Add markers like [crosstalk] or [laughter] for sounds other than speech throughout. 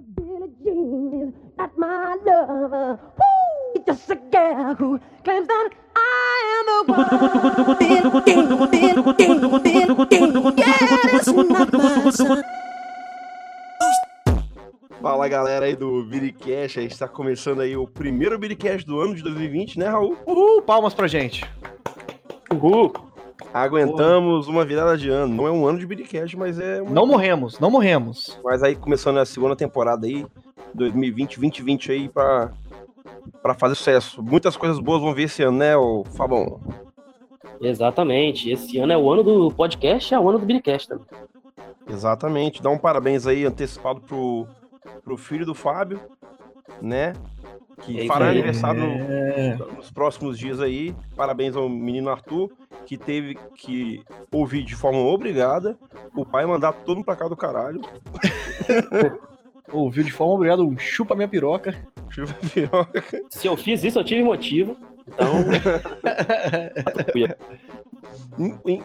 Billie Jean is not my lover. Woo! It's just a girl who claims that I am the one. Billie Jean, Billie Jean, Billie Jean. Yeah, it's not my son. Fala galera aí do Biricast, aí está começando aí o primeiro Biricast do ano de 2020, né Raul? Uhul, palmas pra gente. Uhul. Aguentamos uma virada de ano, não é um ano de Biricast, mas é uma... Não morremos, não morremos. Mas aí começando a segunda temporada aí, 2020, 2020 aí pra, pra fazer sucesso. Muitas coisas boas vão vir esse ano, né, ô Fabão? Exatamente. Esse ano é o ano do podcast, é o ano do Biricast também. Exatamente, dá um parabéns aí antecipado pro, pro filho do Fábio, né? Que É isso fará aí. aniversário no- É... nos próximos dias aí. Parabéns ao menino Arthur, que teve que ouvir de forma obrigada o pai mandar todo mundo pra cá do caralho. [laughs] Ouviu de forma obrigada, um chupa minha piroca. Chuva piroca. Se eu fiz isso, eu tive motivo. Então, Em- em-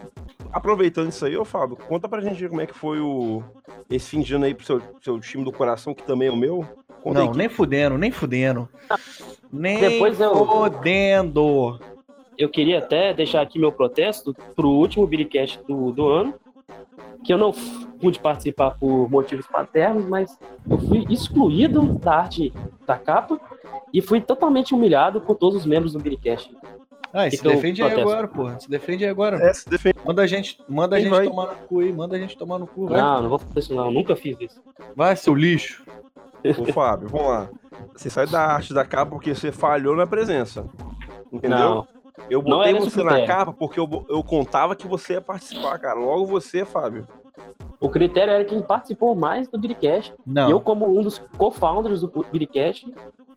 Aproveitando isso aí, ô Fábio, conta pra gente como é que foi o esse fim de ano aí pro seu, seu time do coração, que também é o meu. Conta não, aí. nem fudendo, nem fudendo. Nem Depois eu- fudendo. eu queria até deixar aqui meu protesto pro último Biricast do, do ano, que eu não f- pude participar por motivos paternos, mas eu fui excluído da arte da capa e fui totalmente humilhado por todos os membros do Biricast. Ah, e Que se que eu defende aí protesto? agora, porra. Se defende aí agora. É, se defende. Manda a gente, manda a Quem gente vai? tomar no cu aí, manda a gente tomar no cu, vai. Não, não vou fazer isso não, eu nunca fiz isso. Vai, seu lixo. Ô Fábio, vamos lá. Você sai da arte da capa porque você falhou na presença. Entendeu? Não, Eu Não botei era esse você o na critério. capa porque eu, bo- eu contava que você ia participar, cara. Logo você, Fábio. o critério era quem participou mais do Biricast. Não. E eu, como um dos co-founders do Biricast,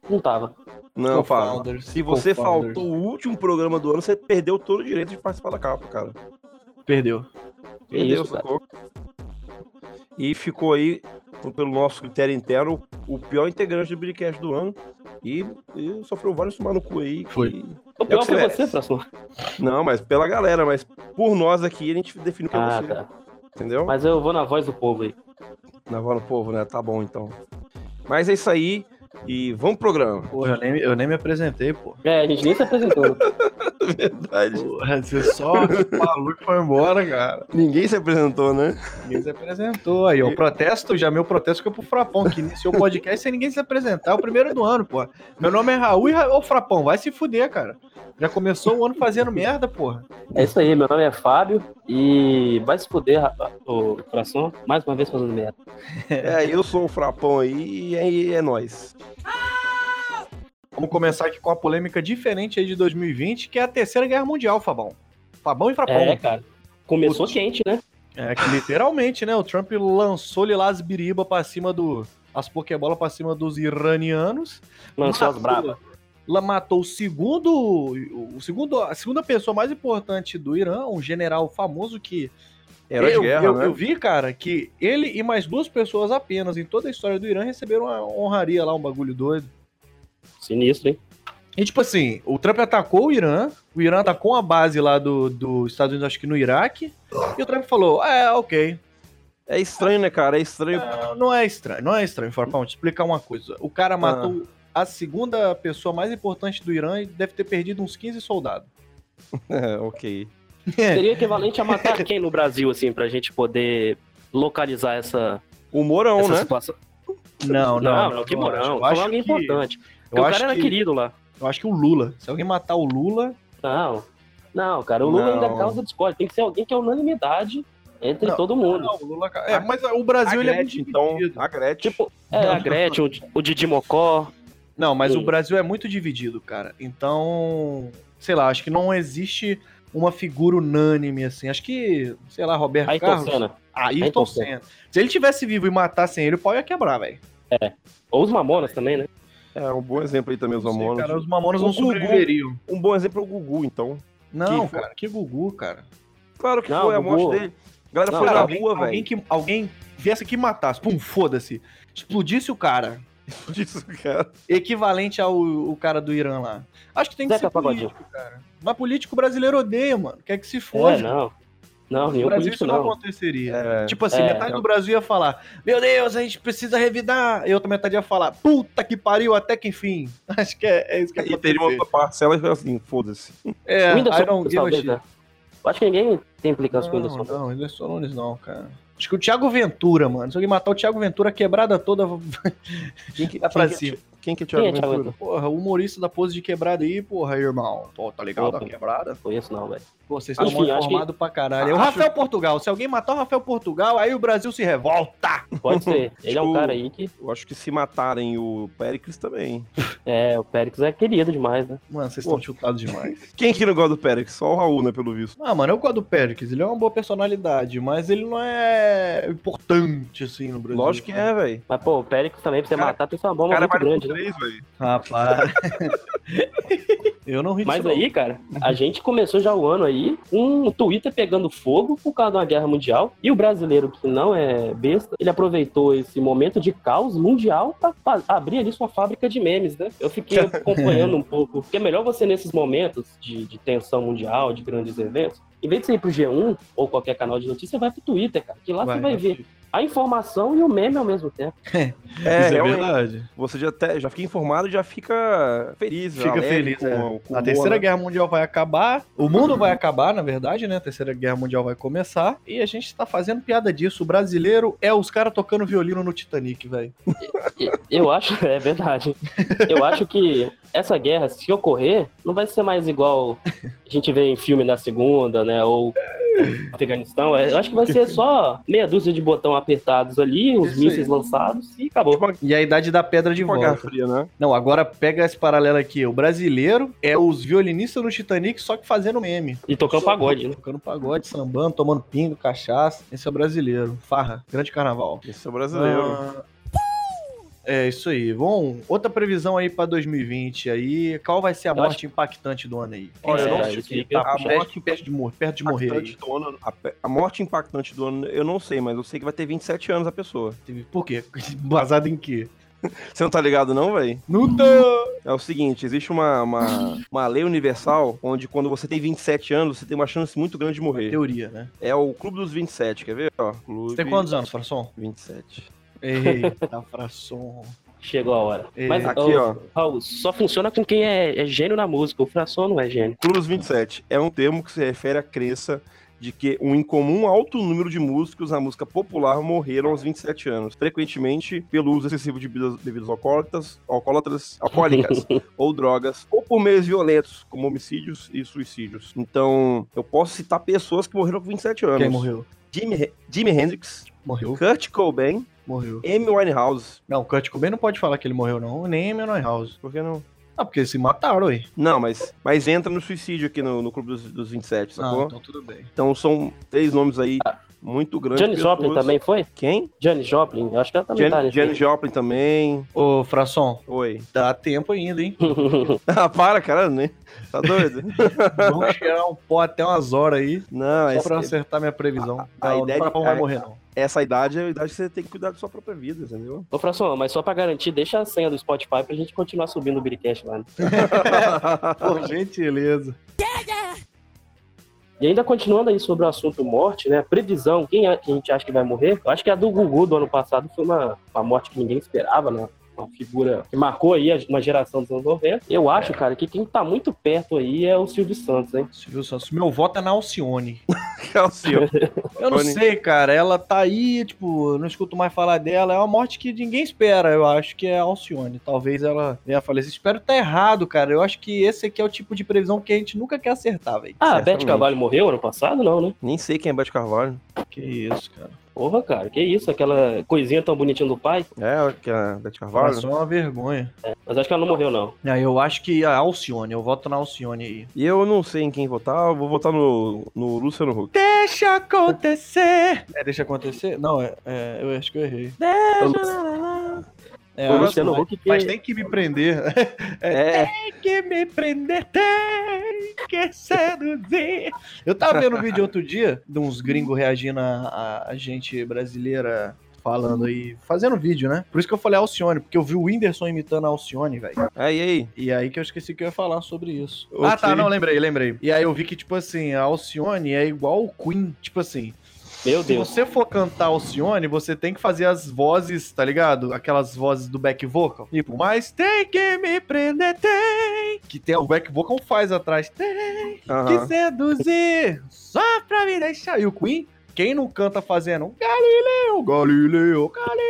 não tava. Não, Fábio. Co-founders, Se você co-founders. faltou o último programa do ano, você perdeu todo o direito de participar da capa, cara. Perdeu. Que Perdeu, isso, cara. sacou? E ficou aí, pelo nosso critério interno, o pior integrante do Biricast do ano. E, e sofreu vários tomar no cu aí. que- Foi. O pior É que foi você você, Próximo. Não, mas pela galera, mas por nós aqui, a gente definiu que é Ah, você. tá. Entendeu? Mas eu vou na voz do povo aí. Na voz do povo, né? Tá bom, então. Mas é isso aí. E vamos pro programa. [laughs] Porra, eu nem, eu nem me apresentei, pô. É, a gente nem se apresentou. né? Verdade. Porra, você é só [laughs] o maluco foi embora, cara. Ninguém se apresentou, né? Ninguém se apresentou. Aí, ó, o protesto, já é meu protesto foi pro Frapão, que iniciou o podcast sem ninguém se apresentar. É o primeiro do ano, porra. Meu nome é Raul e Ra- ô Frapão, vai se fuder, cara. Já começou o ano fazendo merda, porra. É isso aí, meu nome é Fábio e vai se fuder, rapaz. Ô, coração, mais uma vez fazendo merda. É, eu sou o Frapão aí e aí é nóis. Vamos começar aqui com uma polêmica diferente aí de 2020, que é a Terceira Guerra Mundial, Fabão. Fabão e Frapão. É, cara. Começou quente, né? É, que literalmente, né? O Trump lançou-lhe lá as biribas pra cima do. As pokebolas pra cima dos iranianos. Lançou as Matou- bravas. La matou o segundo, o segundo, a segunda pessoa mais importante do Irã, um general famoso que Herói de eu, guerra, eu, né? eu vi, cara, que ele e mais duas pessoas apenas em toda a história do Irã receberam uma honraria lá, um bagulho doido. Sinistro, hein? E tipo assim, o Trump atacou o Irã, o Irã atacou a base lá do- dos Estados Unidos, acho que no Iraque, e o Trump falou: "Ah, é, ok, É estranho, né, cara? É estranho. Ah, Não é estranho, não é estranho, Farpão. Te explicar uma coisa. O Ah. cara matou a segunda pessoa mais importante do Irã e deve ter perdido uns 15 soldados. É, ok. Seria equivalente a matar quem no Brasil, assim, pra gente poder localizar essa, O Morão, essa né? situação. Não, Não, não, que moral. Foi alguém que- importante. Porque Eu o acho, cara era que, querido lá. eu acho que o Lula. Se alguém matar o Lula. Não. Não, cara, o Lula Não. ainda causa discórdia. Tem que ser alguém que é unanimidade entre Não. todo mundo. Não, o Lula. É, mas o Brasil ele é muito então. dividido. A Gretchen. Tipo, é, a Gretchen, o, o Didi Mocó. Não, mas Sim. o Brasil é muito dividido, cara. Então, sei lá, acho que não existe uma figura unânime assim. Acho que, sei lá, Roberto Ayrton Carlos. Senna. Ayrton Ayrton Senna. Se ele tivesse vivo e matassem ele, o pau ia quebrar, velho. Ou os Mamonas também, né? É, um bom exemplo aí também, os Não sei, Mamonas. cara, os mamonas O não Gugu. sobreviveriam. Um bom exemplo é o Gugu, então. Não, Que- cara, que Gugu, cara. Claro que Não, foi a Gugu. morte dele. A galera Não, foi cara, na alguém, rua, alguém velho. que alguém viesse aqui e matasse, pum, foda-se. Explodisse o cara. Isso, cara. Equivalente ao o cara do Irã lá. Acho que tem que Zeca ser político, cara. Mas político brasileiro odeia, mano. Quer que se É, foda. não. Não, No nenhum Brasil isso político não, não. aconteceria. É. Tipo assim, É. metade do Brasil ia falar: Meu Deus, a gente precisa revidar. E outra metade ia falar: Puta que pariu, até que enfim. [laughs] Acho que é, é isso que E aconteceu. teria uma parcela que fala assim, foda-se. É, o Whindersson I don't Nunes, give a talvez, shit. né? Eu acho que ninguém tem implicância com o Não, Whindersson. não, Whindersson Nunes não, cara. Acho que o Thiago Ventura, mano. Se alguém matar o Thiago Ventura, a quebrada toda. [laughs] Quem que, Dá pra quem cima. que, quem que é Quem é Thiago Thiago Ventura? Ventura? Porra, o humorista da pose de quebrada aí, porra, irmão. Tô, tá ligado Opa. a quebrada? Conheço não, velho. Pô, vocês Acho estão mal que- Ah, acho que- informados pra caralho. É o Acho- Rafael Portugal. Se alguém matar o Rafael Portugal, aí o Brasil se revolta. Pode ser. [laughs] Ele é um Tipo- cara aí que. Eu acho que se matarem o Péricles também. É, o Périx é querido demais, né? Mano, vocês Pô. estão chutados demais. Quem que não gosta do Péricles? Só o Raul, né, pelo visto. Ah, mano, eu gosto do Pericles. Ele é uma boa personalidade, mas ele não é importante, assim, no Brasil. Lógico que é, velho. Mas, pô, o Périx também, pra você Cara- matar, tem que ser uma bomba muito vale por grande, né? três, velho. Rapaz. [laughs] eu não ri disso, Mas não. aí, cara, a gente começou já o ano aí com o Twitter pegando fogo por causa de uma guerra mundial. E o brasileiro, que não é besta, ele aproveitou esse momento de caos mundial pra fa- abrir ali sua fábrica de memes, né? Eu [laughs] fiquei acompanhando um pouco. Porque é melhor você, nesses momentos de, de tensão mundial, de grandes eventos, em vez de você ir pro G1 ou qualquer canal de notícia, você vai pro Twitter, cara. Que lá você vai ver a informação e o meme ao mesmo tempo. É, Isso é realmente. verdade. Você já, até- já fica informado e já fica feliz. Fica alegre feliz, com- é. com o A humor, Terceira né? Guerra Mundial vai acabar. O mundo vai acabar, na verdade, né? A Terceira Guerra Mundial vai começar. E a gente tá fazendo piada disso. O brasileiro é os caras tocando violino no Titanic, velho. E- Eu acho, [laughs] é verdade. Eu acho que essa guerra, se ocorrer, não vai ser mais igual a gente vê em filme na segunda, né? Ou Afeganistão. É, Eu acho que vai ser só meia dúzia de botão apertados ali, os Isso aí. mísseis lançados e acabou. Tipo, E a idade da pedra de tipo a Guerra volta. Fria, né? Não, agora pega esse paralelo aqui. O brasileiro é os violinistas no Titanic, só que fazendo meme. E tocar o pagode, né? Tocando pagode, sambando, tomando pingo, cachaça. Esse é o brasileiro. Farra. Grande carnaval. Esse é brasileiro. Ah, É isso aí. Bom, outra previsão aí pra 2020 aí. Qual vai ser a Eu morte impactante do ano aí? Olha, É, eu não cara, sei isso se aí que eu ia tá- a puxar. morte perto de, mor perto de morrer Impactante aí. do ano- a, pe- a morte impactante do ano, eu não sei, mas eu sei que vai ter 27 anos a pessoa. Por quê? [laughs] Baseado em quê? Você não tá ligado, não, velho? Não tô! É o seguinte, existe uma, uma, uma lei universal onde quando você tem 27 anos, você tem uma chance muito grande de morrer. Teoria, né? É o Clube dos 27, quer ver? Ó, Clube Você tem quantos anos, Frasson? [laughs] 27. Eita, Frasson. Chegou a hora. É, Mas, aqui, ô, ó. Raul, só funciona com quem é, é gênio na música. O Frasson não é gênio. Clube dos 27 é um termo que se refere à crença de que um incomum alto número de músicos na música popular morreram aos 27 anos, frequentemente pelo uso excessivo de bebidas, bebidas alcoólatras, alcoólatras, [laughs] alcoólicas ou drogas, ou por meios violentos, como homicídios e suicídios. Então, eu posso citar pessoas que morreram com 27 anos. Quem morreu? Jimi, Jimi Hendrix, Morreu? Kurt Cobain, Morreu. Amy Winehouse. Não, o Kurt Cobain não pode falar que ele morreu, não. Nem Menor House. Por que não? Ah, porque eles se mataram, aí. Não, mas, mas entra no suicídio aqui no, no Clube dos, dos 27, Ah, sacou? então tudo bem. Então são três nomes aí Ah, muito grandes. Janis Joplin pessoas. também foi? Quem? Janis Joplin? Eu acho que ela também tá né, Jan- nesse- Janis Joplin também. Ô, Frasson, Oi. [laughs] dá tempo ainda, hein? Ah, para, cara, né? Tá [laughs] doido? Vamos cheirar um pó até umas horas aí. não, Só pra eu esse, acertar minha previsão. a- a Não, ideia o Frapão de- vai a- morrer, não. essa idade é a idade que você tem que cuidar da sua própria vida, entendeu? [laughs] Ô, Frasson, mas só pra garantir, deixa a senha do Spotify pra gente continuar subindo o Biricast lá. né? [laughs] [laughs] Por gentileza. E ainda continuando aí sobre o assunto morte, né? Previsão, quem é que a gente acha que vai morrer? Eu acho que a do Gugu do ano passado foi uma, uma morte que ninguém esperava, né? Uma figura que marcou aí a- uma geração dos anos 90. Eu acho, cara, que quem tá muito perto aí é o Silvio Santos, hein? Silvio Santos, meu voto é na Alcione. É Calcio. Eu não Alcione. sei, cara. Ela tá aí, tipo, eu não escuto mais falar dela. É uma morte que ninguém espera. Eu acho que é a Alcione. Talvez ela venha a falecer. Espero tá errado, cara. Eu acho que esse aqui é o tipo de previsão que a gente nunca quer acertar, velho. Ah, a Certamente. Beth Carvalho morreu ano passado? Não, né? Nem sei quem é Beth Carvalho. Que isso, cara. Porra, cara, que isso? Aquela coisinha tão bonitinha do pai? É, que é a Beth Olha Carvalho? só uma vergonha. Mas acho que ela não morreu, não. Ah, eu acho que a Alcione. Eu voto na Alcione aí. E eu não sei em quem votar, eu vou votar no, no Luciano Huck. Deixa acontecer. É, deixa acontecer? Não, é, é, eu acho que eu errei. É, O eu- Luciano Huck que... Mas tem que me prender. É, Tem que me prender, tem que seduzir. Eu tava vendo um vídeo outro dia de uns gringos reagindo a, a- a gente brasileira falando e fazendo vídeo, né? Por isso que eu falei Alcione, porque eu vi o Whindersson imitando a Alcione, velho. Aí, aí. E aí que eu esqueci que eu ia falar sobre isso. Ok. Ah, tá, não, lembrei, lembrei. E aí eu vi que, tipo assim, a Alcione é igual o Queen. Tipo assim, Meu se Deus. você for cantar Alcione, você tem que fazer as vozes, tá ligado? Aquelas vozes do back vocal. Tipo, mas tem que me prender, tem. Que tem o back vocal faz atrás. Tem que Aham. seduzir, só pra me deixar. E o Queen, quem não canta fazendo Galileu, Galileu,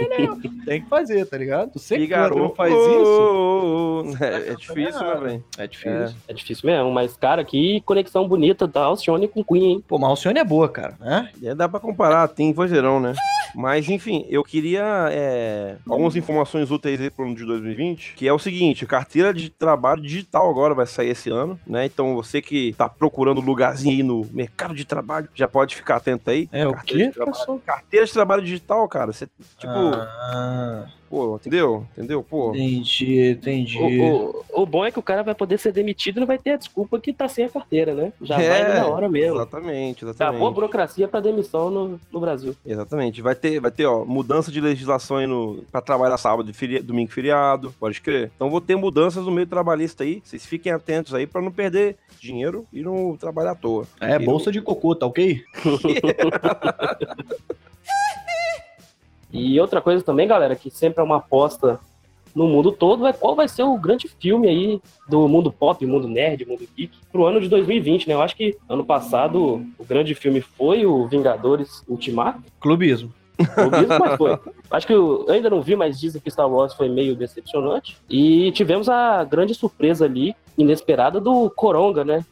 Galileu, tem que fazer, tá ligado? Você E que canta, não garoto- faz Ô, isso, ô, ô, ô. É, é Tá difícil, né, errado. velho? é difícil. É difícil mesmo, mas, cara, que conexão bonita da Alcione com Queen, hein? Pô, mas Alcione é boa, cara, né? É, dá pra comparar, tem vozeirão, né? Mas, enfim, eu queria é, algumas informações úteis aí pro ano de 2020, que é o seguinte, carteira de trabalho digital agora vai sair esse ano, né? Então, você que tá procurando lugarzinho aí no mercado de trabalho, já pode ficar atento aí. É o Carteira quê? de trabalho, carteira de trabalho digital, cara, você, tipo, Ah, pô, entendeu? Entendeu, pô? entendi, entendi. O, o- o bom é que o cara vai poder ser demitido e não vai ter a desculpa que tá sem a carteira, né? Já É, vai na hora mesmo. Exatamente, exatamente. Acabou a burocracia pra demissão no, no Brasil. Exatamente. Vai ter, vai ter ó, mudança de legislação aí no, pra trabalhar sábado, e feria, domingo e feriado, pode crer. Então vou ter mudanças no meio trabalhista aí. Vocês fiquem atentos aí pra não perder dinheiro e não trabalhar à toa. É bolsa de cocô, tá ok? E outra coisa também, galera, que sempre é uma aposta no mundo todo, é qual vai ser o grande filme aí do mundo pop, mundo nerd, mundo geek, pro ano de 2020, né? Eu acho que ano passado o grande filme foi o Vingadores Ultimato, Clubismo. Eu vi, mas foi. Acho que eu ainda não vi, mas dizem que Star Wars foi meio decepcionante. E tivemos a grande surpresa ali, inesperada, do Coronga, né?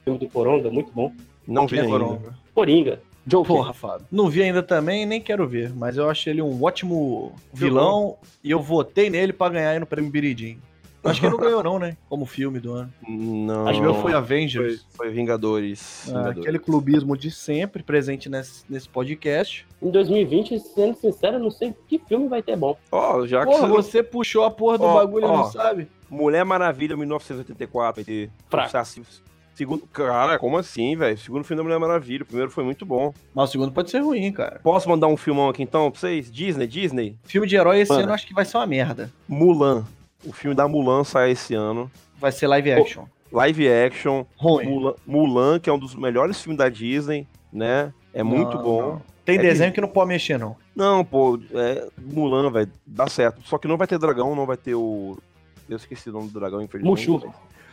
O filme do Coronga, muito bom. Não vi É, ainda. Coronga. Coringa. Joker. Porra, Fábio. Não vi ainda também, nem quero ver, mas eu achei ele um ótimo vilão e eu votei nele pra ganhar aí no prêmio Biridim. Acho que ele não ganhou não, né? Como filme do ano. Não. Acho que o meu foi foi, Avengers. foi Vingadores. Ah, Vingadores. aquele clubismo de sempre presente nesse, nesse podcast. Em 2020, sendo sincero, eu não sei que filme vai ter bom. Ó, já Tá que é- Porra, você- você puxou a porra do Ó, bagulho, ó. não sabe? Mulher Maravilha 1984 vai ter. Fraco. Saci- Segundo, cara, como assim, velho? Segundo filme da Mulher Maravilha, o primeiro foi muito bom. Mas o segundo pode ser ruim, cara. Posso mandar um filmão aqui então pra vocês? Disney, Disney? Filme de herói esse Manda. ano eu acho que vai ser uma merda. Mulan. O filme da Mulan sai esse ano. Vai ser live action. Live action. Ruim. Mulan, Mulan, que é um dos melhores filmes da Disney, né? É muito Não, bom. não. Tem É desenho que não pode mexer, não. Não, pô, é, Mulan, velho, dá certo. Só que não vai ter dragão, não vai ter o. Eu esqueci o nome do dragão, infelizmente. Mushu.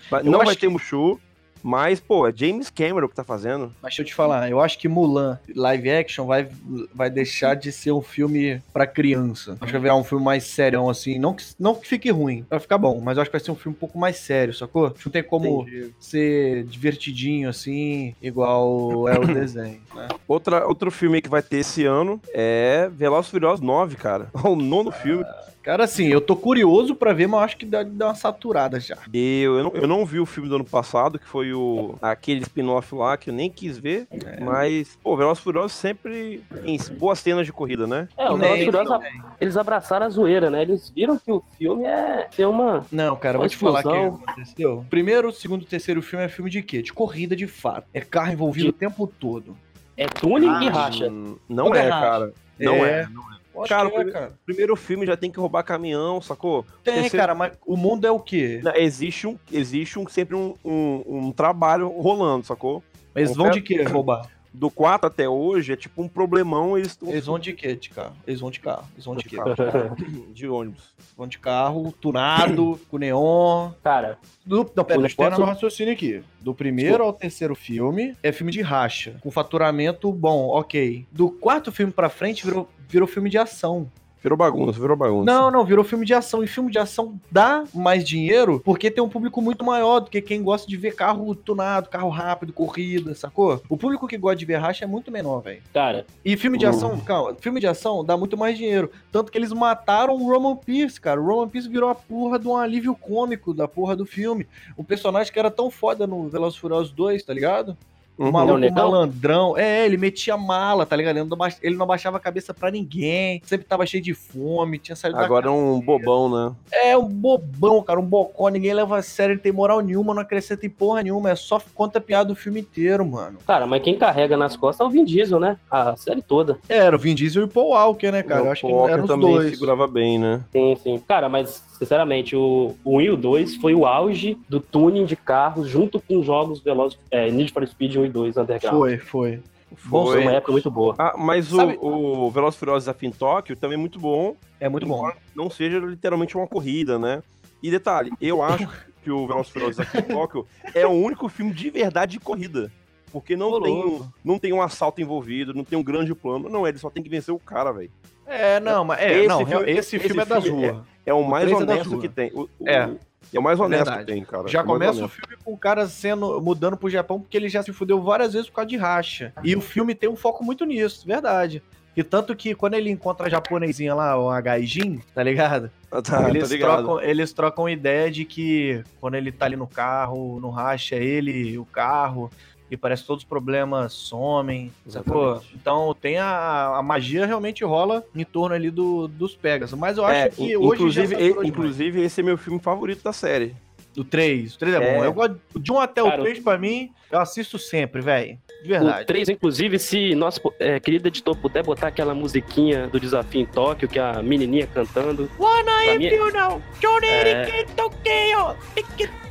Vai- Eu Não acho vai ter que- Mushu, mas, pô, é James Cameron que tá fazendo. Mas deixa eu te falar, eu acho que Mulan live action vai, vai deixar de ser um filme pra criança. Acho que vai virar um filme mais sério, assim. Não que, não que fique ruim, vai ficar bom, mas eu acho que vai ser um filme um pouco mais sério, sacou? Acho que Não tem como ser divertidinho, assim, igual é o desenho, né? Outra, outro filme que vai ter esse ano é Velozes e Furiosos 9, cara. [laughs] É O nono filme. Cara, assim, eu tô curioso pra ver, mas eu acho que dá, dá uma saturada já. Eu, eu, não, eu não vi o filme do ano passado, que foi o aquele spin-off lá que eu nem quis ver, É. mas, pô, Velozes e Furiosos sempre tem boas cenas de corrida, né? É, o Nem, Velozes e Furiosos, não, a- eles abraçaram a zoeira, né? Eles viram que o filme é ser uma... Não, cara, eu vou te falar Explosão. que aconteceu. Primeiro, segundo, terceiro filme é filme de quê? De corrida de fato. É carro envolvido o tempo todo. É tuning e racha. Hum, Não é, Racha. cara. Não é. Eu acho Cara, que é, cara. Primeiro filme já tem que roubar caminhão, sacou? Tem, Terceiro- cara, mas o mundo é o quê? Na- Existe um, existe um sempre um, um, um trabalho rolando, sacou? Eles Não vão quero- de quê roubar? Do 4 até hoje é tipo um problemão eles estão Eles vão de quê de carro? Eles vão de carro. Eles vão de quê? [clears throat] de ônibus. Vão de carro, [clears throat] tunado, com neon. [laughs] Cara, Do, não, pera, O deixa eu terminar negócio- meu raciocínio aqui. Do primeiro ao terceiro filme é filme de racha, com faturamento bom, ok. Do quarto filme pra frente virou, virou filme de ação. Virou bagunça, virou bagunça. Não, não, virou filme de ação. E filme de ação dá mais dinheiro porque tem um público muito maior do que quem gosta de ver carro tunado, carro rápido, corrida, sacou? O público que gosta de ver racha é muito menor, velho. cara, E filme de Hum. ação, calma, filme de ação dá muito mais dinheiro. Tanto que eles mataram o Roman Pierce, cara. O Roman Pierce virou a porra de um alívio cômico da porra do filme. O personagem que era tão foda no Velozes e Furiosos 2, tá ligado? Uhum. O Não, maluco legal. malandrão. É, ele metia mala, tá ligado? Ele não, abaixa- ele não abaixava a cabeça pra ninguém. Sempre tava cheio de fome, tinha saído da Agora é um bobão, né? É um bobão, cara, um bocó, ninguém leva a sério, não tem moral nenhuma, não acrescenta em porra nenhuma, é só conta piada o filme inteiro, mano. Cara, mas quem carrega nas costas é o Vin Diesel, né? A série toda. É, era o Vin Diesel e o Paul Walker, né, cara? Eu o acho que Walker eram os também dois. segurava bem, né? Sim, sim. Cara, mas sinceramente, o, o 1 e o 2 foi o auge do tuning de carros junto com os jogos Velozes, é, Need for Speed 1 e 2 Underground. Foi, foi. Bom, foi Foi. uma época muito boa. Ah, mas o, Sabe- o Veloz Furiosos Afim Tóquio também é muito bom, É muito bom. não seja literalmente uma corrida, né? E detalhe, [laughs] eu acho que o Veloz Furiosos Afim Tóquio é o único filme de verdade de corrida. Porque não Ô, tem, louco. um- não tem um assalto envolvido, não tem um grande plano. Não, ele só tem que vencer o cara, velho. É, não, mas é, Esse não, filme- real- esse, esse filme é da filme rua. É o mais três é da honesto sua. que tem. O- o- É. é o mais honesto Verdade. que tem, cara. É Já o mais começa o honesto. filme com o cara sendo mudando pro Japão porque ele já se fudeu várias vezes por causa de racha. E o filme tem um foco muito nisso, verdade. E tanto que quando ele encontra a japonesinha lá, o Gaijin, tá ligado? Ah, [laughs] tá, eles, tá ligado. trocam, eles trocam ideia de que quando ele tá ali no carro, no racha, é ele e o carro, e parece que todos os problemas somem. sacou? Exatamente. Então tem a, a magia realmente rola em torno ali do, dos Pegas. Mas eu acho É, que in- hoje. inclusive, já tá e- saturou demais. inclusive esse é meu filme favorito da série. Do 3. O 3 é, É. bom. Eu gosto de 1 até Cara, o 3, pra mim, eu assisto sempre, velho. De O É verdade. 3, inclusive, se nosso é, querido editor puder botar aquela musiquinha do desafio em Tóquio, que é a menininha cantando. Pra mim, não, Johnny É.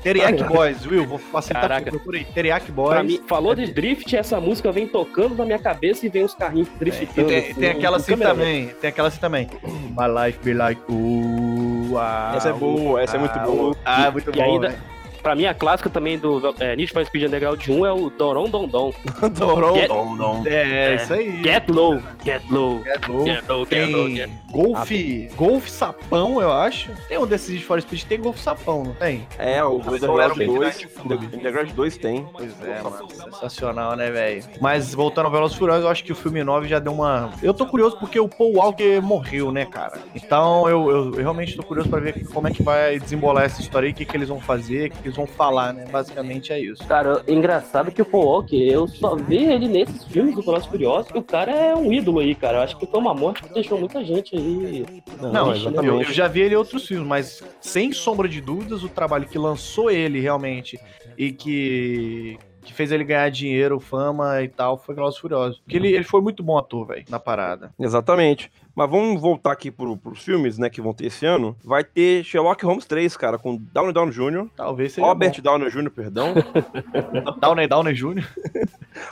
Teriyaki Boys, Will, vou facilitar Caraca. pra você, procura aí. Teriyaki pra Boys. mim, falou de drift, essa música vem tocando na minha cabeça e vem os carrinhos É, E driftando. tem, assim, tem aquela em assim câmera também. Tem aquela assim também. My life be like. ooh, ah, essa é boa, essa é muito ah, boa. Ah, muito E bom. ainda- né? [laughs] Pra mim, a clássica também do é, Need for Speed Underground 1 é o Doron Dom Dom. Adorou. Get- Dom, dom. É, É. isso aí. Get low, get low, É louco. get low, get low, get Tem golfe, golfe sapão, eu acho. Tem um desses de Fora Speed, tem golfe sapão, não tem? É, o era um Underground bem 2. Underground 2 tem. Pois é, mano. Sensacional, né, velho? Mas voltando ao Velozes e Furiosos, eu acho que o filme 9 já deu uma... Eu tô curioso porque o Paul Walker morreu, né, cara? Então eu, eu- eu realmente tô curioso pra ver como é que vai desembolar essa história aí, o que, que eles vão fazer, o que, que eles vão falar, né? Basicamente é isso. Cara, engraçado que o Paul Walker, eu só vi ele nesses filmes do Velozes e Furiosos, que o cara é um ídolo aí, cara. Eu acho que foi uma morte que deixou muita gente aí. Não, Não, eu, eu já vi ele em outros filmes, mas sem sombra de dúvidas, o trabalho que lançou ele realmente e que, que fez ele ganhar dinheiro, fama e tal, foi Velozes e Furiosos. Porque ele, ele foi muito bom ator, velho, na parada. Exatamente. Mas vamos voltar aqui pro, pros filmes, né, que vão ter esse ano. Vai ter Sherlock Holmes 3, cara, com Downey Downey Jr., Talvez seja Robert Downey Jr., perdão, [laughs] bom. Downey Downey Jr.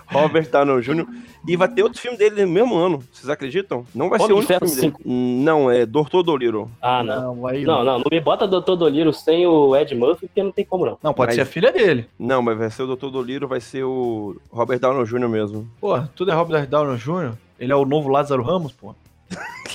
Robert Downey Jr., e vai ter outro filme dele no mesmo ano, vocês acreditam? Não vai Homem ser o de único Ferro filme dele. Não, é Doutor Dolittle. Ah, não. aí Não, não, não me bota Dr. Doliro sem o Ed Murphy, porque não tem como não. Não, pode Mas- ser a filha dele. Não, mas vai ser o Doutor Dolittle, vai ser o Robert Downey Jr. [laughs] mesmo. Pô, tudo é Robert Downey Jr. Ele é o novo Lázaro Ramos, pô.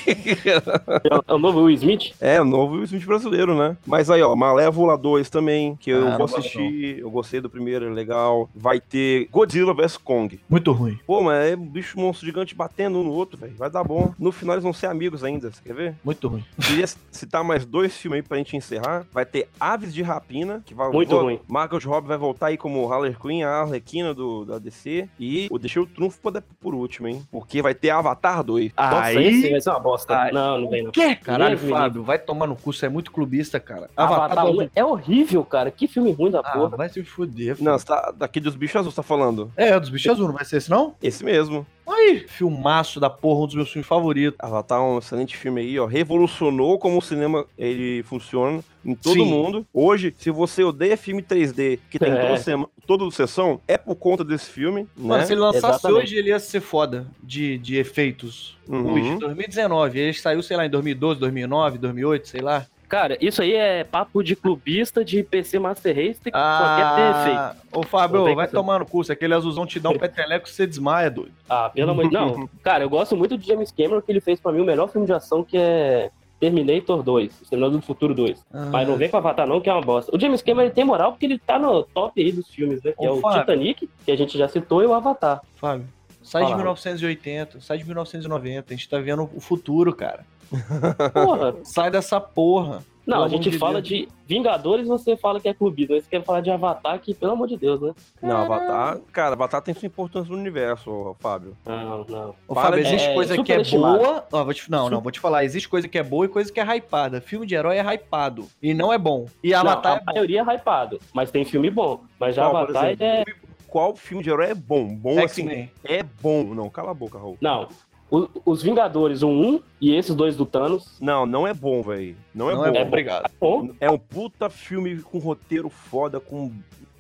É o- É o novo Will Smith? É, o novo Will Smith brasileiro, né? Mas aí, ó, Malévola 2 também, que eu Ah, vou não gosto assistir, eu gostei do primeiro, é legal. Vai ter Godzilla vs Kong. Muito ruim. Pô, mas é um bicho monstro gigante batendo um no outro, velho. Vai dar bom. No final eles vão ser amigos ainda, você quer ver? Muito ruim. Queria [laughs] citar mais dois filmes aí pra gente encerrar. Vai ter Aves de Rapina, que vai... Muito vou- ruim. Margot Robbie vai voltar aí como Harley Quinn, a Arlequina do, da DC. E eu deixei o trunfo pra- por último, hein? Porque vai ter Avatar 2. Nossa, esse vai ser uma bosta. Ai. Ah, Não, não é vem não. Que? Caralho, Mesmo, Fábio, vai tomar no cu, você é muito clubista, cara. Avatar Avatar 1 é horrível, cara. Que filme ruim da Ah, porra. vai se fuder, filho. Não, você tá, daqui dos bichos azuis, tá falando. É, dos bichos azuis, não vai ser esse não? Esse mesmo. Aí, filmaço da porra, um dos meus filmes favoritos. Avatar é um excelente filme aí, ó. Revolucionou como o cinema ele funciona em todo Sim. mundo. Hoje, se você odeia filme 3D, que tem É. toda, sema, toda sessão, é por conta desse filme, Mano, né? se ele lançasse Exatamente. hoje, ele ia ser foda de, de efeitos. Uhum. Hoje, 2019. Ele saiu, sei lá, em 2012, 2009, 2008, sei lá. Cara, isso aí é papo de clubista de PC Master Race que só quer ter efeito. Ah, ô Fábio, Não tem vai condição. tomar no curso. Aquele azulzão te dá um peteleco, você desmaia, doido. Ah, pelo amor de [laughs] Não, cara, eu gosto muito de James Cameron, que ele fez pra mim o melhor filme de ação, que é Terminator 2, Terminador do Futuro 2. Ah, Mas não vem com Avatar não, que é uma bosta. O James Cameron ele tem moral porque ele tá no top aí dos filmes, né? Que é Ô, o Fábio. Titanic, que a gente já citou, e o Avatar. Fábio, sai de Fala. 1980, sai de 1990. A gente tá vendo o futuro, cara. [laughs] Porra, Sai dessa porra. Não, Pelo a gente amor de fala Deus. de Vingadores, você fala que é clubismo. Aí você quer falar de Avatar, que pelo amor de Deus, né? Não, Avatar. Cara, Avatar tem sua importância no universo, ô, Fábio. Não, não. Ô, Para Fábio, de- existe é, coisa que é superestimado. boa. Ó, vou te- não, não, vou te falar. Existe coisa que é boa e coisa que é hypada. Filme de herói é hypado. E não é bom. E Avatar não, a é bom. maioria é hypado, mas tem filme bom. Mas já Qual, por Avatar exemplo? é. Qual filme de herói é bom? Bom assim, X-Men. é bom. Não, cala a boca, Raul. Não. O- os Vingadores, o 1 e esses dois do Thanos. Não, não é bom, velho. Não, Não é bom. Obrigado. Bom, É um puta filme com roteiro foda, com.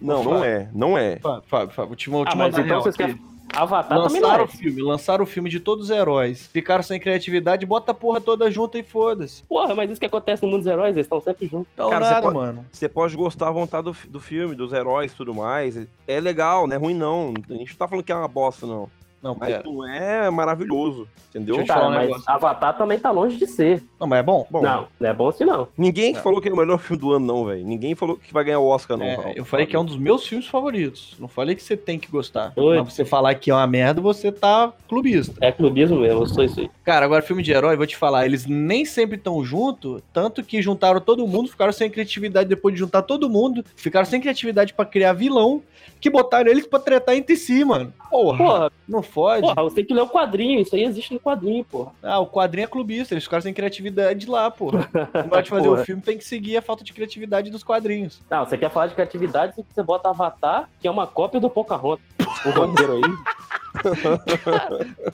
Não, Fábio. não é, não é. Fábio, Fábio, Fábio, vou te, vou ah, te mas mandar então real vocês aqui. querem. Avatar também não Lançaram é. o filme, lançaram o filme de todos os heróis. Ficaram sem criatividade, bota a porra toda junta e foda-se. Porra, mas isso que acontece no mundo dos heróis, eles estão sempre juntos. Então Cara, nada, você pode- mano. Você pode gostar à vontade do, fi- do filme, dos heróis e tudo mais. É legal, não é ruim, não. A gente não tá falando que é uma bosta, não. Não, Mas pera. não é maravilhoso, entendeu? Deixa eu te falar Cara, um mas negócio. Avatar também tá longe de ser. Não, mas é bom? Bom, Não, não é bom assim não. ninguém Não. falou que é o melhor filme do ano, não, velho. Ninguém falou que vai ganhar o Oscar, não. É, Raul. eu falei que é um dos meus filmes favoritos. Não falei que você tem que gostar. Oi. Mas você falar que é uma merda, você tá clubista. É clubismo mesmo, eu sou isso aí. Cara, agora filme de herói, vou te falar, eles nem sempre estão junto, tanto que juntaram todo mundo, ficaram sem criatividade depois de juntar todo mundo, ficaram sem criatividade pra criar vilão, que botaram eles pra tretar entre si, mano. Porra, Porra, não fode. porra, você tem que ler o quadrinho, isso aí existe no quadrinho, porra. Ah, o quadrinho é clubista, eles ficaram sem criatividade lá, [laughs] porra. Na hora de fazer Porra. o filme tem que seguir a falta de criatividade dos quadrinhos. Não, você quer falar de criatividade, você bota Avatar, que é uma cópia do Pocahontas. O roteiro [laughs] aí.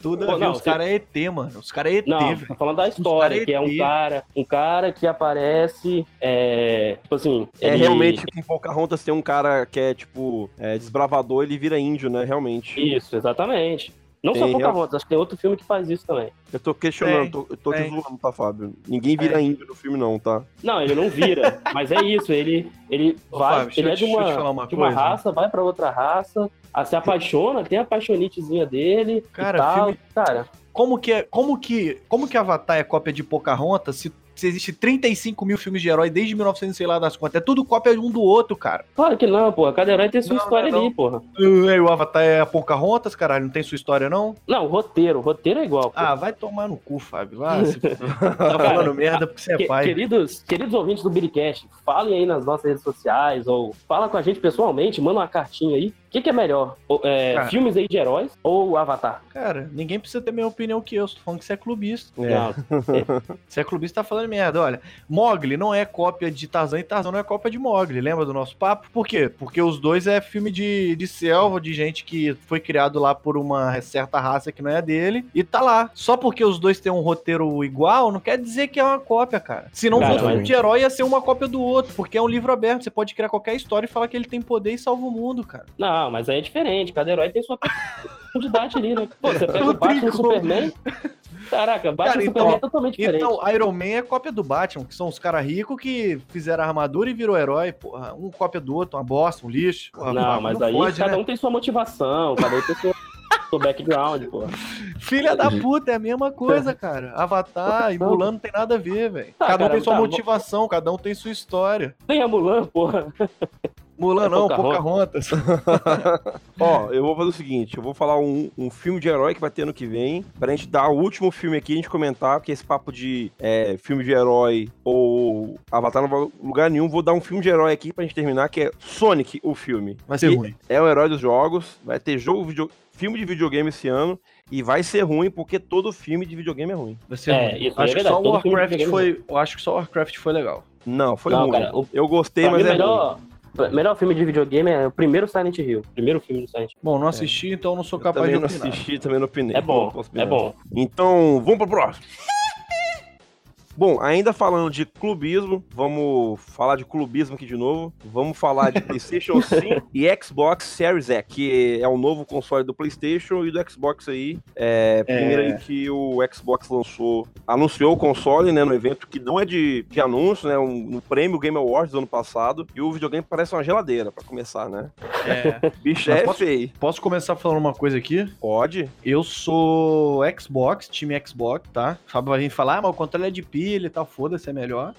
Tudo Pô, a ver, não, os você- caras é ET, mano. Os caras é ET, Não, velho. tá falando da história, que é um cara, um cara que aparece, é, tipo assim, É ele- realmente que em Pocahontas tem um cara que é, tipo, é, desbravador, ele vira índio, né? Realmente. Isso, exatamente. Não Tem, só Pocahontas, acho que tem outro filme que faz isso também. Eu tô questionando, Tem, tô- eu tô te tem. zoando, tá, Fábio? Ninguém vira índio no filme, não, tá? Não, ele não [laughs] vira, mas é isso, ele, ele Ô, vai, Fábio, deixa ele eu é de te- deixa eu te uma, falar uma de uma coisa. raça, vai pra outra raça, a, se apaixona, tem a paixonitezinha dele Cara, e tal. filme- Cara, Como que, é, como que, como que Avatar é cópia de Pocahontas se, se existe 35 mil filmes de herói desde 1900, sei lá das contas? É tudo cópia um do outro, cara. claro que não, porra, cada herói tem sua Não, história não é ali, porra. Ué, o Avatar é a Pocahontas, caralho, não tem sua história, não? Não, o roteiro, o roteiro é igual. porra. Ah, vai tomar no cu, Fábio. Lá, se... tá falando merda porque você é Que- pai. queridos, queridos ouvintes do Biricast, falem aí nas nossas redes sociais ou fala com a gente pessoalmente, manda uma cartinha aí. O que, que é melhor? O- é, Cara. filmes aí de heróis ou Avatar? Cara, ninguém precisa ter a mesma opinião que eu. Tô falando que você é clubista. É. Não, Você é clubista, tá falando merda. Olha, Mogli não é cópia de Tarzan e Tarzan não é cópia de Mogli. Lembra do nosso papo? Por quê? Porque os dois é filme de, de selva, de gente que foi criado lá por uma certa raça que não é a dele. E tá lá. Só porque os dois têm um roteiro igual, não quer dizer que é uma cópia, cara. Se não Cara, fosse um mas- filme de herói, ia ser uma cópia do outro. Porque é um livro aberto. Você pode criar qualquer história e falar que ele tem poder e salva o mundo, cara. não, mas aí é diferente. Cada herói tem sua profundidade ali, né? Pô, você pega Não o Batman e tem o como. Superman. Caraca, Batman Cara, e então, Superman é totalmente diferente. Então, Iron Man é cópia do Batman, que são os caras ricos que fizeram a armadura e virou herói, porra. Um cópia do outro, uma bosta, um lixo. Porra, não, mas aí pode, cada né? um tem sua motivação, cada um tem seu, seu background, pô. Filha da puta, é a mesma [laughs] coisa, cara. Avatar e Mulan não tem nada a ver, velho. Tá, cada um cara, tem sua tá, motivação, cada um tem sua história. Tem a Mulan, porra. Mulan É não, Pocahontas. Pocahontas. Ó, eu vou fazer o seguinte, eu vou falar um, um filme de herói que vai ter ano que vem, pra gente dar o último filme aqui e a gente comentar, porque esse papo de é, filme de herói ou Avatar não vai a lugar nenhum, vou dar um filme de herói aqui pra gente terminar, que é Sonic, o filme. [laughs] Vai ser E- ruim. É o herói dos jogos, vai ter jogo, video- filme de videogame esse ano, e vai ser ruim, porque todo filme de videogame é ruim. Vai ser É, ruim. isso aí é acho que verdade, só o todo filme Warcraft de foi. Eu acho que só o Warcraft foi legal. Não, foi Não, ruim. cara, o- Eu gostei, Pra mim, mas o é ruim. melhor, pra- melhor filme de videogame é o primeiro Silent Hill. Primeiro filme do Silent Hill. Bom, não assisti, então não sou Eu capaz também de não opinar. assisti, também não opinei. É bom, Não posso é opinar. bom. Então, vamos [laughs] pro próximo. Bom, ainda falando de clubismo, vamos falar de clubismo aqui de novo. Vamos falar de [laughs] PlayStation 5 e Xbox Series X, que é o novo console do PlayStation e do Xbox aí. É, primeiro aí que o Xbox lançou, anunciou o console, né, no evento que não é de, de anúncio, né, um, no prêmio Game Awards do ano passado. E o videogame parece uma geladeira, pra começar, né? É. Bicho, Mas é posso- feio. Posso começar falando uma coisa aqui? Pode? Eu sou Xbox, time Xbox, tá? Fábio vai vir falar, ah, mas o controle é de pilha e tal, foda-se, é melhor.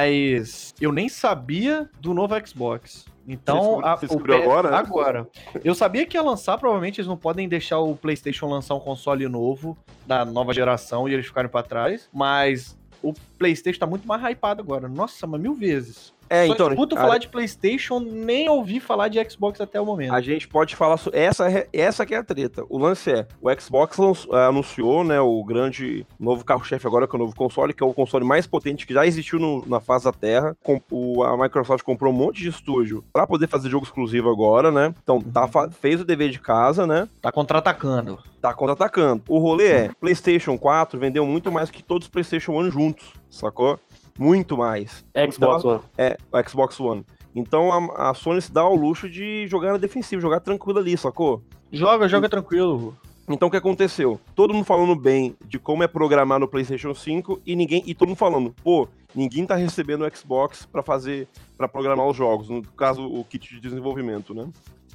Mas eu nem sabia do novo Xbox. Você Então, descobriu- a- você descobriu o P- agora? né? Agora. Eu sabia que ia lançar, provavelmente eles não podem deixar o PlayStation lançar um console novo da nova geração e eles ficarem pra trás, mas o PlayStation tá muito mais hypado agora. Nossa, mas mil vezes. É, Só então. escuto a- falar de PlayStation, nem ouvi falar de Xbox até o momento. A gente pode falar so- essa é- essa que é a treta. O lance é, o Xbox lanç- ah, anunciou, né, o grande novo carro-chefe agora que é o novo console, que é o console mais potente que já existiu no- na face da Terra. Com- o- a Microsoft comprou um monte de estúdio pra poder fazer jogo exclusivo agora, né? Então, tá, fa- fez o dever de casa, né? Tá contra-atacando. Tá contra-atacando. O rolê é, PlayStation 4 vendeu muito mais que todos os PlayStation 1 juntos, sacou? Muito mais. Xbox One. É, o Xbox One. Então a, a Sony se dá ao luxo de jogar na defensiva, jogar tranquila ali, sacou? Joga, joga tranquilo. Então o que aconteceu? Todo mundo falando bem de como é programar no PlayStation 5 e ninguém e todo mundo falando, pô, ninguém tá recebendo o Xbox pra fazer para programar os jogos, no caso o kit de desenvolvimento, né?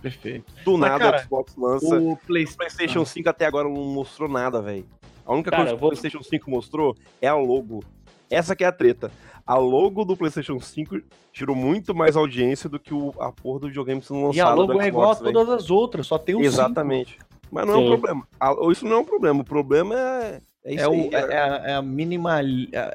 Perfeito. Do Mas, nada cara, o Xbox lança. O O Ah. PlayStation. PlayStation 5 até agora não mostrou nada, velho. A única Cara, coisa eu que vou- o PlayStation 5 mostrou é a logo. Essa que é a treta. A logo do PlayStation 5 tirou muito mais audiência do que o a porra do videogame sendo lançado E a logo do é igual a Xbox, véi. todas as outras, só tem um o Exatamente. Mas não é um Sim. problema. A- ou Isso não é um problema. O problema é. É cinco. isso É, aí. o, é, é a, é a mínima.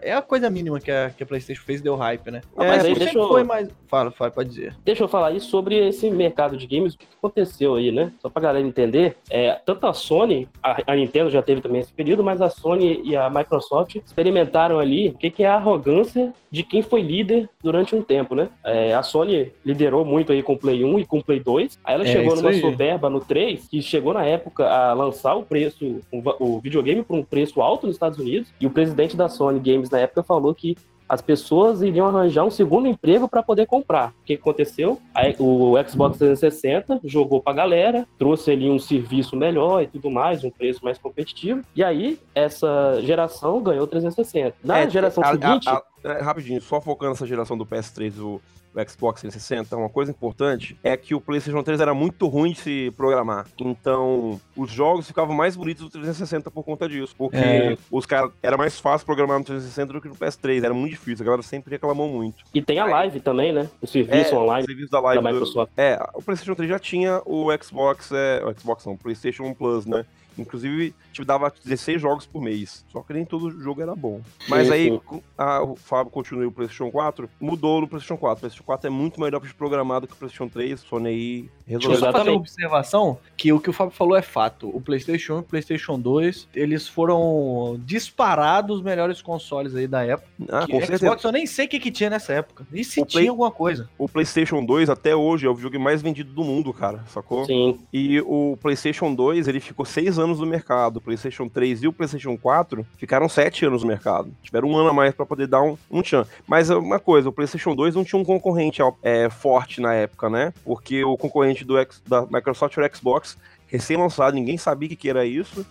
É a coisa mínima que a, que a PlayStation fez deu hype, né? É, mas mas aí sempre deixa eu- foi mais. Fala, fala, pode dizer. Deixa eu falar aí sobre esse mercado de games, o que que aconteceu aí, né? Só pra galera entender, é, tanto a Sony, a, a Nintendo já teve também esse período, mas a Sony e a Microsoft experimentaram ali o que, que é a arrogância de quem foi líder durante um tempo, né? É, a Sony liderou muito aí com o Play 1 e com o Play 2, aí ela É, chegou isso numa aí. soberba no 3, que chegou na época a lançar o preço, o, va- o videogame por um preço alto nos Estados Unidos, e o presidente da Sony Games na época falou que as pessoas iriam arranjar um segundo emprego para poder comprar. O que aconteceu? Aí o Xbox 360 jogou pra galera, trouxe ali um serviço melhor e tudo mais, um preço mais competitivo. E aí essa geração ganhou o 360. Na É, geração a- a- seguinte, a- é, rapidinho, só focando nessa geração do PS3 e o, o Xbox 360, uma coisa importante é que o PlayStation 3 era muito ruim de se programar. Então, os jogos ficavam mais bonitos do 360 por conta disso. Porque É. os caras. Era mais fácil programar no 360 do que no PS3. Era muito difícil. A galera sempre reclamou muito. e tem a live também, né? O serviço É, online O serviço da da live do, Microsoft. É, o PlayStation 3 já tinha o Xbox, é, o Xbox não, o PlayStation Plus, né? Inclusive, te dava 16 jogos por mês. Só que nem todo jogo era bom. Mas Sim, aí, sim. co- a- o Fábio continua o PlayStation 4, mudou no PlayStation 4. O PlayStation 4 é muito melhor pra programar do que o PlayStation 3. Sony aí Deixa eu só resolveu. fazer Exatamente. uma observação, que o que o Fábio falou é fato. O PlayStation 1 e o PlayStation 2, eles foram disparados os melhores consoles aí da época. Ah, Que com É Xbox certeza. eu nem sei o que, que tinha nessa época. E se O tinha Play- alguma coisa. O PlayStation 2 até hoje é o videogame mais vendido do mundo, cara, sacou? Sim, E o PlayStation 2, ele ficou seis anos no mercado. O PlayStation 3 e o PlayStation 4 ficaram sete anos no mercado. Tiveram um ano a mais pra poder dar um, um tchan. Mas é uma coisa, o PlayStation 2 não tinha um concorrente ó, é, forte na época, né? Porque o concorrente do X- da Microsoft era o Xbox, recém-lançado, ninguém sabia o que, que era isso.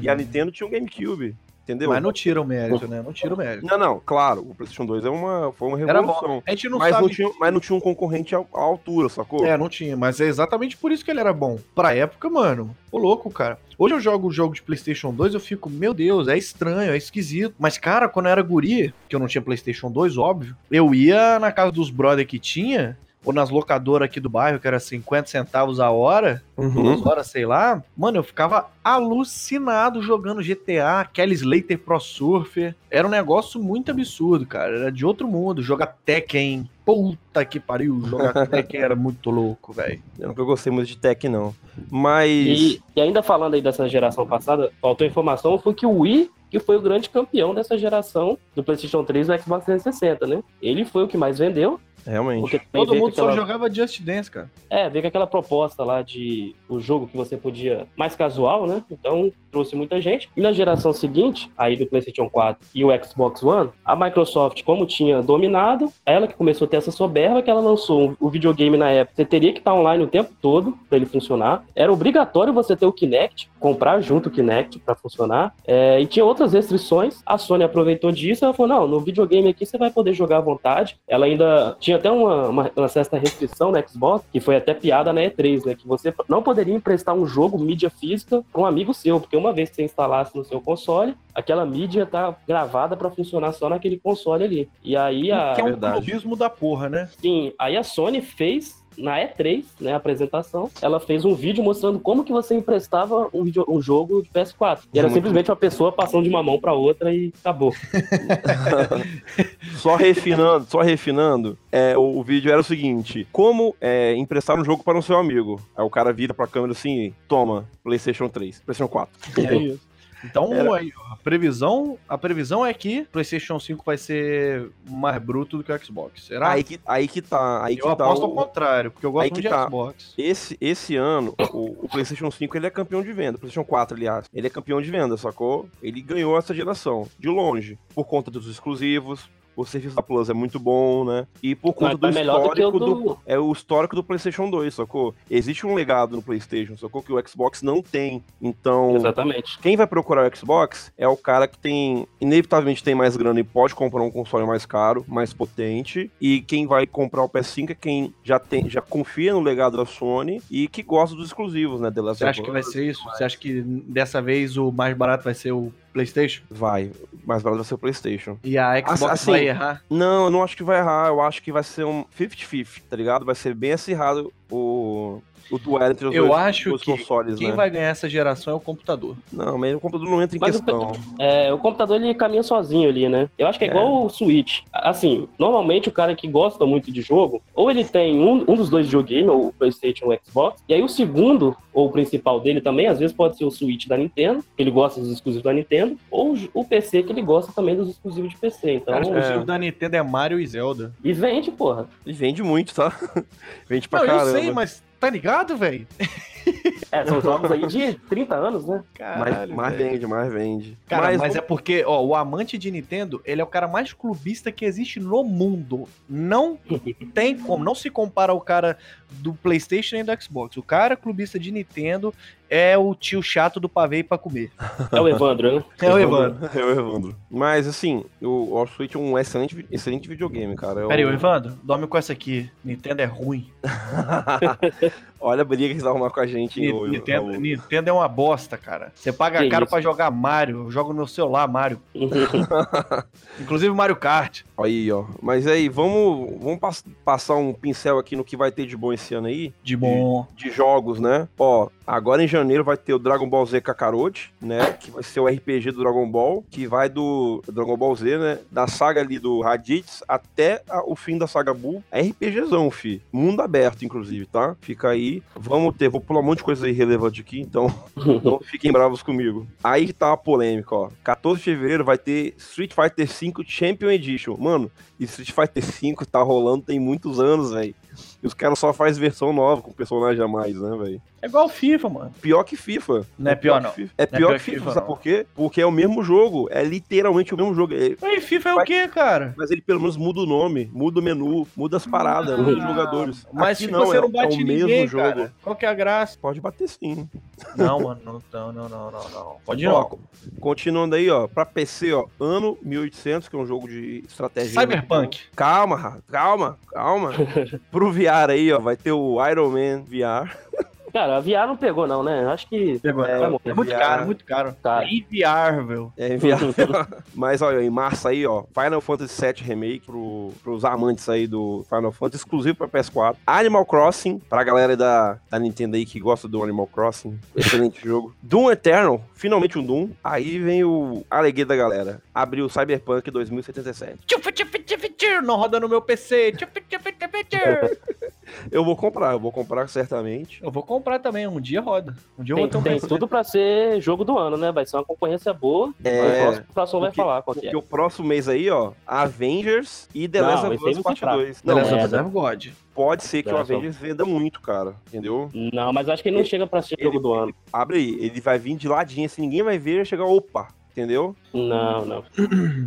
E a Nintendo tinha o GameCube, entendeu? Uhum. Mas não tira o mérito, né? Não tira o mérito. Não, não, claro, o PlayStation 2 é uma, foi uma Era bom. revolução. A gente não Mas sabe. não, tinha, mas não tinha um concorrente à, à altura, sacou? É, não tinha, mas é exatamente por isso que ele era bom. Pra época, mano, ô louco, cara. Hoje eu jogo o jogo de PlayStation 2, eu fico, meu Deus, é estranho, é esquisito. Mas, cara, quando eu era guri, que eu não tinha PlayStation 2, óbvio, eu ia na casa dos brother que tinha, ou nas locadoras aqui do bairro, que era 50 centavos a hora, Uhum. duas horas, sei lá. Mano, eu ficava alucinado jogando GTA, Kelly Slater Pro Surfer. Era um negócio muito absurdo, cara. Era de outro mundo. Jogar Tekken. Puta que pariu, [laughs] jogar Tekken era muito louco, velho. Eu nunca gostei muito de tech, não. Mas... e, e ainda falando aí dessa geração passada, faltou informação, foi que o Wii, que foi o grande campeão dessa geração do PlayStation 3 e do Xbox 360, né? Ele foi o que mais vendeu, Realmente. porque também Todo veio mundo com aquela- só jogava Just Dance, cara. É, veio com aquela proposta lá de o jogo que você podia mais casual, né? Então trouxe muita gente. E na geração seguinte, aí do PlayStation 4 e o Xbox One, a Microsoft, como tinha dominado, ela que começou a ter essa soberba que ela lançou um- o videogame na época. Você teria que estar online o tempo todo para ele funcionar. Era obrigatório você ter o Kinect, comprar junto o Kinect para funcionar. É, e tinha outras restrições. A Sony aproveitou disso. Ela falou: não, no videogame aqui você vai poder jogar à vontade. Ela ainda tinha até uma, uma, uma certa restrição no Xbox, que foi até piada na E3, né? Que você não poderia emprestar um jogo mídia física para um amigo seu, porque uma vez que você instalasse no seu console, aquela mídia tá gravada para funcionar só naquele console ali. E aí a. que é um verdade. clubismo da porra, né? Sim, aí a Sony fez na E3, né, a apresentação, ela fez um vídeo mostrando como que você emprestava um, vídeo- um jogo de PS4. E era Muito. simplesmente uma pessoa passando de uma mão pra outra e acabou. [laughs] Só refinando, só refinando, é, o, o vídeo era o seguinte: como é, emprestar um jogo para um seu amigo? Aí o cara vira pra câmera assim, toma, PlayStation 3, PlayStation 4. É isso. Então, aí, ó, a, previsão, a previsão é que PlayStation 5 vai ser mais bruto do que o Xbox. Será? Aí que, aí que tá, aí que eu tá. aposto ao o- contrário, porque eu gosto aí muito de que tá. Xbox. Esse, esse ano, o, o PlayStation 5 ele é campeão de venda, o PlayStation 4, aliás. Ele é campeão de venda, sacou? Ele ganhou essa geração, de longe, por conta dos exclusivos. O serviço da Plus é muito bom, né? E por conta Mas tá do melhor do que o histórico do, do... é o histórico do PlayStation 2, sacou? Existe um legado no PlayStation, sacou? Que o Xbox não tem. Então, Exatamente. quem vai procurar o Xbox é o cara que tem, inevitavelmente tem mais grana e pode comprar um console mais caro, mais potente. E quem vai comprar o PS5 é quem já tem, já confia no legado da Sony e que gosta dos exclusivos, né? The Last Você acha que vai ser isso? Você acha que dessa vez o mais barato vai ser o PlayStation? Vai, mais barato vai ser o PlayStation. E a Xbox Assim, vai errar? Não, eu não acho que vai errar. Eu acho que vai ser um 50-50, tá ligado? Vai ser bem acirrado o, o duelo entre os Eu dois, acho dois que consoles, Quem né? vai ganhar essa geração é o computador. Não, mas o computador não entra em Mas o questão. É, o computador ele caminha sozinho ali, né? Eu acho que é, igual o Switch. Assim, normalmente o cara que gosta muito de jogo, ou ele tem um, um dos dois videogames, ou o PlayStation ou o Xbox, e aí o segundo, ou o principal dele também, às vezes pode ser o Switch da Nintendo, que ele gosta dos exclusivos da Nintendo, ou o PC, que ele gosta também dos exclusivos de PC. Então, Cara, o é. exclusivo da Nintendo é Mario e Zelda. e vende, porra. E vende muito, tá? [laughs] Vende pra não, caramba. eu sei, mas tá ligado, velho? [laughs] É, são jogos aí de 30 anos, né? Mas, mas um velho. vende, mas vende. Cara, mas, vamos- é porque, ó, o amante de Nintendo, ele é o cara mais clubista que existe no mundo. Não [laughs] tem como, não se compara ao cara do PlayStation e do Xbox. O cara clubista de Nintendo é o tio chato do pavê pra comer. É o Evandro, né? É o Evandro. [laughs] É o Evandro. Mas assim, o o Switch é um excelente, vi- excelente videogame, cara. É um Eu- Pera aí, ô, Evandro, dorme com essa aqui. Nintendo é ruim. [laughs] Olha a briga que eles vão arrumar com a gente. Ni- ô- ô- Nintendo, ô- Nintendo é uma bosta, cara. Você paga Que caro isso? pra jogar Mario. Eu jogo no celular [laughs] Mario. Inclusive Mario Kart. Aí, ó. Mas aí, vamos, vamos pas- passar um pincel aqui no que vai ter de bom esse ano aí. De bom. de jogos, né? Ó, agora em janeiro vai ter o Dragon Ball Z Kakarot, né? Que vai ser o RPG do Dragon Ball, que vai do Dragon Ball Z, né? Da saga ali do Raditz até a- o fim da saga Buu. É RPGzão, fi. Mundo aberto, inclusive, tá? Fica aí. Vamos ter, vou pular um monte de coisa irrelevante aqui, então não fiquem bravos comigo. Aí que tá a polêmica, ó. 14 de fevereiro vai ter Street Fighter V Champion Edition. Mano, Street Fighter V tá rolando tem muitos anos, velho. E os caras só fazem versão nova com personagem a mais, né, velho? É igual FIFA, mano. Pior que FIFA. Não é pior, não. que FIFA. É pior, que FIFA, não. sabe por quê? Porque é o mesmo jogo. É literalmente o mesmo jogo. É- E FIFA é o quê, cara? Mas ele pelo menos muda o nome, muda o menu, muda as paradas, muda os jogadores. Mas Aqui se você é- não bate é o mesmo ninguém, jogo. cara, qual que é a graça? Pode bater sim. Não, [laughs] mano, não, não, não, não, não. Pode Ó, não. co- Continuando aí, ó, pra PC, ó, ano 1800, que é um jogo de estratégia. Cyberpunk. Calma, Ra- calma, [laughs] calma. Pro VR aí, ó, vai ter o Iron Man VR. Cara, a VR não pegou, não, né? Eu Acho que. É, amor, é Tá. muito VR. caro, muito caro. É Cara. Inviável. É, [laughs] VR. Mas, olha, em março aí, ó, Final Fantasy VII Remake pro, pros amantes aí do Final Fantasy, exclusivo pra PS4. Animal Crossing, pra galera da, da Nintendo aí que gosta do Animal Crossing. Excelente [laughs] jogo. Doom Eternal, finalmente um Doom. Aí vem o alegria da galera. Abriu o Cyberpunk 2077. Tchufu, tchufu, tchufu, tchufu, Não roda no meu PC. Tchufu, tchufu, tchufu, tchufu. Eu vou comprar, eu vou comprar certamente. Eu vou comprar também, um dia roda. Um dia eu Tem, vou ter um tem PC. tudo pra ser jogo do ano, né? Vai ser uma concorrência boa. É. Mas o próximo- o próximo vai porque- falar qual que é. Porque o próximo mês aí, ó, Avengers e The Não, Last of esse aí Us você Parte fraca. 2. The Não, Last é, of Us né? é God. pode ser que The o Last of Avengers venda muito, cara, entendeu? Não, mas acho que ele não chega pra ser ele- jogo do ano. Abre aí, ele vai vir de ladinho, assim, ninguém vai ver, vai chegar, opa, entendeu? Não, [laughs] não.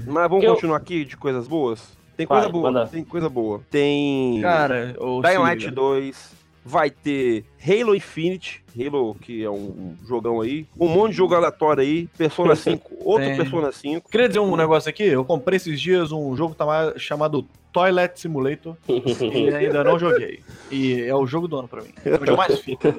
Mas vamos Eu- continuar aqui de coisas boas? Tem Vai, coisa boa, manda. tem coisa boa. Tem Cara, o Dying Light 2, vai ter Halo Infinite, Halo que é um jogão aí, um monte de jogo aleatório aí, [laughs] Persona 5, outro Tem. Persona 5. Queria dizer um negócio aqui. Eu comprei esses dias um jogo tama- chamado Toilet [laughs] Simulator e ainda não joguei. E é o jogo do ano pra mim. É o jogo [laughs] mais fica.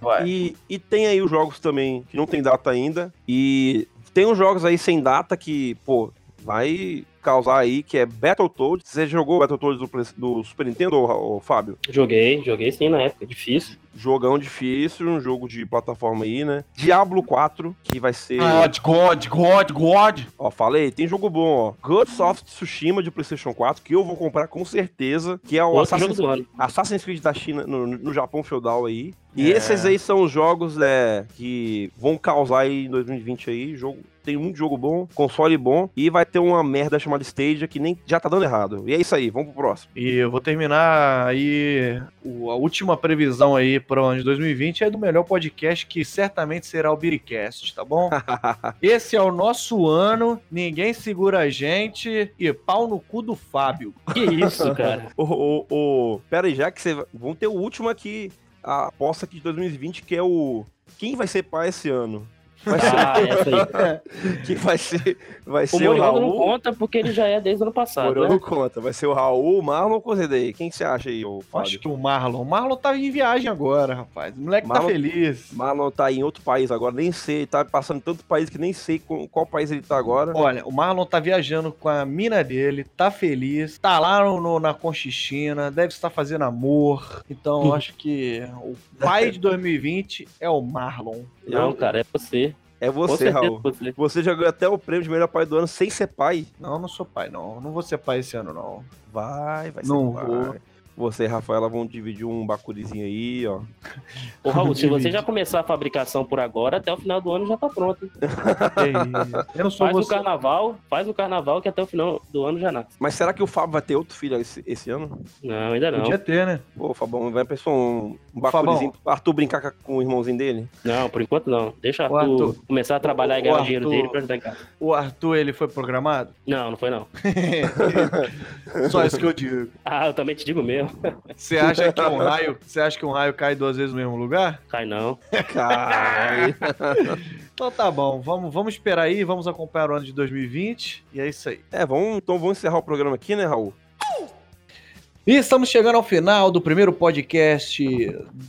Vai. E, e tem aí os jogos também que não tem data ainda. E tem uns jogos aí sem data que, pô, vai causar aí, que é Battletoads. Você jogou Battletoads do, Play- do Super Nintendo, ô, ô, Fábio? Joguei, joguei sim na época, difícil. Jogão difícil, um jogo de plataforma aí, né? Diablo 4, que vai ser. God, Ah, God, God, God. Ó, falei, tem jogo bom, ó. Ghost of Tsushima de PlayStation 4, que eu vou comprar com certeza, que é o Outro Assassin's, jogo do ano. Assassin's Creed da China, no, no Japão feudal aí. E É. esses aí são os jogos, né, que vão causar aí em 2020 aí, jogo. Tem um jogo bom, console bom, e vai ter uma merda chamada Stadia que nem já tá dando errado. E é isso aí, vamos pro próximo. E eu vou terminar aí o- a última previsão aí para o ano de 2020 é do melhor podcast que certamente será o Biricast, tá [laughs] bom? Esse é o nosso ano, ninguém segura a gente e pau no cu do Fábio. [laughs] Que [laughs] isso, cara? Ô, ô, ô, pera aí, já que você. Vamos ter o último aqui, a aposta aqui de 2020, que é o. Quem vai ser pai esse ano? [laughs] Vai ser, Ah, essa aí. quem vai ser, vai O ser o Moriondo não Raul. conta porque ele já é desde o ano passado, Morão né? não conta. Vai ser o Raul, o Marlon ou o Cozedei? Quem você acha aí, ô Fábio? Acho que o Marlon. O Marlon tá em viagem agora, rapaz. O moleque Marlon- tá feliz. Marlon tá em outro país agora, nem sei. Tá passando tanto país que nem sei com- qual país ele tá agora. Olha, o Marlon tá viajando com a mina dele, tá feliz, tá lá no, no- na Conchichina, deve estar fazendo amor. Então, [laughs] eu acho que o pai de 2020 é o Marlon. Não, cara, é você. É Com você, certeza Raul. você. Você já ganhou até o prêmio de melhor pai do ano sem ser pai. Não, eu não sou pai, não. Eu Não vou ser pai esse ano, não. Vai, vai Não pai. vou. Você e Rafaela vão dividir um bacurizinho aí, ó. Ô, Raul, [laughs] se você já começar a fabricação por agora, até o final do ano já tá pronto. hein? Eu não sou Faz o você. carnaval, faz o carnaval que até o final do ano já nasce. Mas será que o Fábio vai ter outro filho esse, esse ano? Não, ainda não. Podia ter, né? Pô, Fabão, vai pensar um, um bacurizinho pro Arthur brincar com- com o irmãozinho dele? Não, por enquanto não. Deixa o Ô, Arthur, Arthur. começar a trabalhar e Ô, ganhar o Arthur. dinheiro dele pra ajudar em casa. O Arthur, ele foi programado? Não, não foi não. [laughs] Só isso que eu digo. Ah, eu também te digo mesmo. Você acha que um raio, você acha que um raio cai duas vezes no mesmo lugar? Cai não. Caralho. Então tá bom, vamos, vamos esperar aí, vamos acompanhar o ano de 2020 e é isso aí. É, vamos, então vamos encerrar o programa aqui, né, Raul? E estamos chegando ao final do primeiro podcast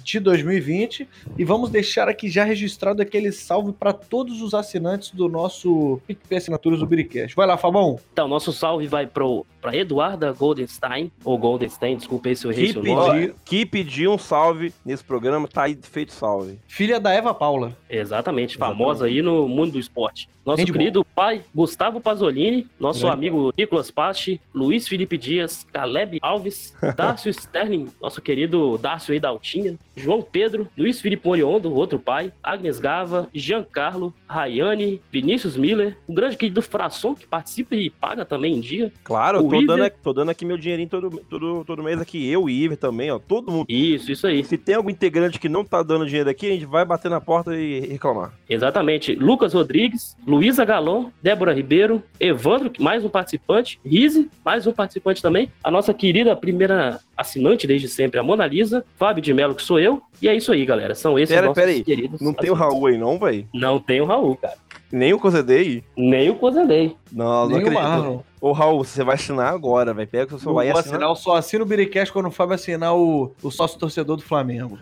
de 2020 e vamos deixar aqui já registrado aquele salve para todos os assinantes do nosso PicPay Assinaturas do Biricast. Vai lá, Fabão. Então, nosso salve vai pro, pra Eduarda Goldenstein, ou Goldenstein, desculpa aí se eu errei Que seu nome. pediu, que pediu um salve nesse programa, tá aí feito salve. Filha da Eva Paula. Exatamente, famosa aí no mundo do esporte. Nosso Handball. querido pai Gustavo Pasolini, nosso Grande. amigo Nicolas Pasti, Luiz Felipe Dias, Caleb [laughs] Alves, Dácio Sterling, nosso querido Dácio aí da Altinha, João Pedro, Luiz Felipe Oriondo, outro pai, Agnes Gava, Giancarlo, Rayane, Vinícius Miller, o grande querido Frasson, que participa e paga também em dia. Claro, eu O tô Iver- dando, tô dando aqui meu dinheirinho todo, todo, todo mês aqui, eu e Iver também, ó, todo mundo. Isso, isso aí. Se tem algum integrante que não tá dando dinheiro aqui, a gente vai bater na porta e reclamar. Exatamente. Lucas Rodrigues, Luísa Galon, Débora Ribeiro, Evandro, mais um participante, Rise, mais um participante também, a nossa querida primeira assinante desde sempre, a Mona Lisa, Fábio de Mello, que sou eu. E é isso aí, galera. São esses Pera- nossos pera aí. queridos. Não tem o Raul aí não, velho? Não tem o Raul, cara. Nem o Cozedei? Nem o Cozelei. Não, não Nem o acredito. Marlon. Ô, Raul, você vai assinar agora, velho. Pega o seu Não celular e vou assina. assinar, eu só assino o Biricast quando o Fábio assinar o, o sócio torcedor do Flamengo.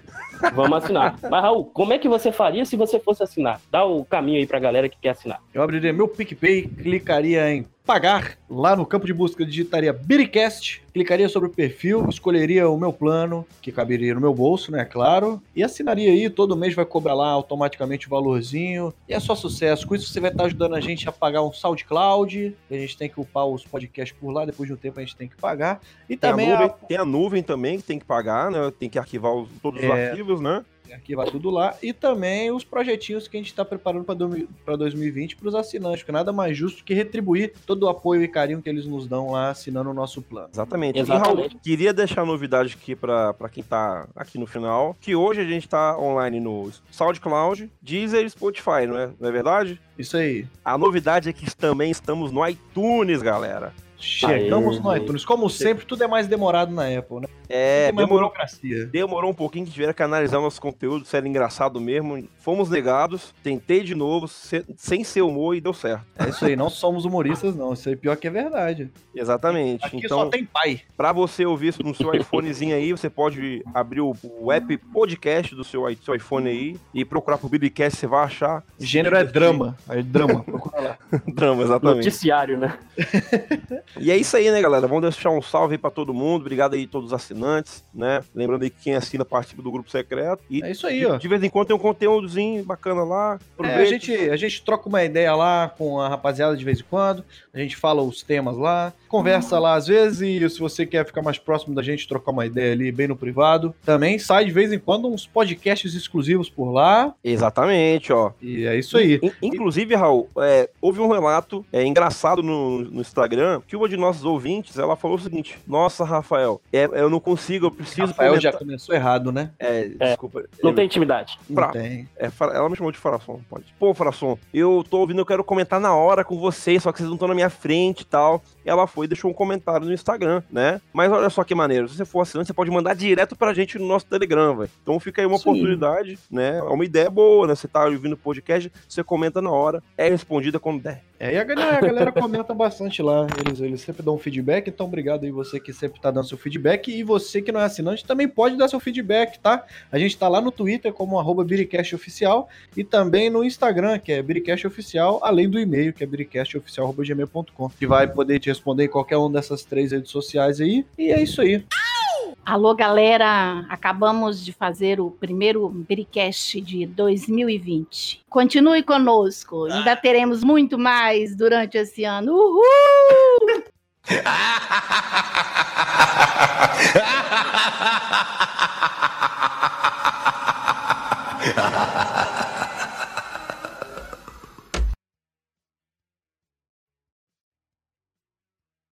[laughs] Vamos assinar. Mas, Raul, como é que você faria se você fosse assinar? Dá o caminho aí pra galera que quer assinar. Eu abriria meu PicPay, clicaria em pagar, lá no campo de busca digitaria Biricast, clicaria sobre o perfil, escolheria o meu plano, que caberia no meu bolso, né, claro, e assinaria aí, todo mês vai cobrar lá automaticamente o valorzinho, e é só sucesso. Com isso você vai estar ajudando a gente a pagar um SoundCloud, que a gente tem que upar os podcasts por lá, depois de um tempo a gente tem que pagar, e Tem a, também é nuvem, a... tem a nuvem também que tem que pagar, né? Tem que arquivar os- todos os É. arquivos, né? aqui vai tudo lá, e também os projetinhos que a gente está preparando para 2020 para os assinantes, que nada mais justo que retribuir todo o apoio e carinho que eles nos dão lá assinando o nosso plano. Exatamente. Exatamente. E, Raul, queria deixar a novidade aqui pra pra quem tá aqui no final, que hoje a gente tá online no SoundCloud, Deezer e Spotify, não é, não é verdade? Isso aí. A novidade é que também estamos no iTunes, galera. Chegamos Aê. no iTunes. Como sempre, tudo é mais demorado na Apple, né? É, Tem mais demorou, burocracia. demorou um pouquinho que tiveram que analisar nosso conteúdo, se era engraçado mesmo. Fomos negados, tentei de novo, se- sem ser humor e deu certo. É isso aí, não somos humoristas, não. Isso aí pior que é verdade. Exatamente. Aqui então, só tem pai. Pra você ouvir isso no seu iPhonezinho aí, você pode abrir o, o app podcast do seu, i- seu iPhone aí e procurar por Biblicast, você vai achar. [laughs] Gênero é drama. É drama. Procura lá. drama, exatamente. Noticiário, né? E é isso aí, né, galera? Vamos deixar um salve aí pra todo mundo. Obrigado aí a todos os assinantes, né? Lembrando aí que quem assina participa do grupo secreto. E É isso aí, ó. de vez em quando tem um conteúdozinho bacana lá. É, a, Aproveita. gente, a gente troca uma ideia lá com a rapaziada de vez em quando, a gente fala os temas lá, conversa lá às vezes, e se você quer ficar mais próximo da gente, trocar uma ideia ali bem no privado, também sai de vez em quando uns podcasts exclusivos por lá, Exatamente, ó. e é isso aí. In- Inclusive, Raul, é, houve um relato é, engraçado no, no Instagram que uma de nossos ouvintes ela falou o seguinte: Nossa, Rafael, é, eu não consigo, eu preciso. Rafael já comentar- começou errado, né? É, desculpa. Não eu- tem intimidade. Pra- Não tem. é, Fra- ela me chamou de Farasson, pode. Pô, Farasson, eu tô ouvindo, eu quero comentar na hora com vocês, só que vocês não estão na minha frente e tal. Ela foi e deixou um comentário no Instagram, né? Mas olha só que maneiro, se você for assinante, você pode mandar direto pra gente no nosso Telegram, velho. Então fica aí uma Sim. oportunidade, né? É uma ideia boa, né? Você tá ouvindo o podcast, você comenta na hora, é respondida quando der. É, e a galera, a galera comenta bastante lá. Eles, eles sempre dão um feedback, então obrigado aí você que sempre tá dando seu feedback. E você que não é assinante também pode dar seu feedback, tá? A gente tá lá no Twitter como arroba BiricastOficial e também no Instagram, que é BiricastOficial, além do e-mail, que é BiricastOficial.gmail.com, que vai poder te responder em qualquer uma dessas três redes sociais aí. E é isso aí. Alô, galera! Acabamos de fazer o primeiro Bricast de 2020. Continue conosco, ainda teremos muito mais durante esse ano. Uhul!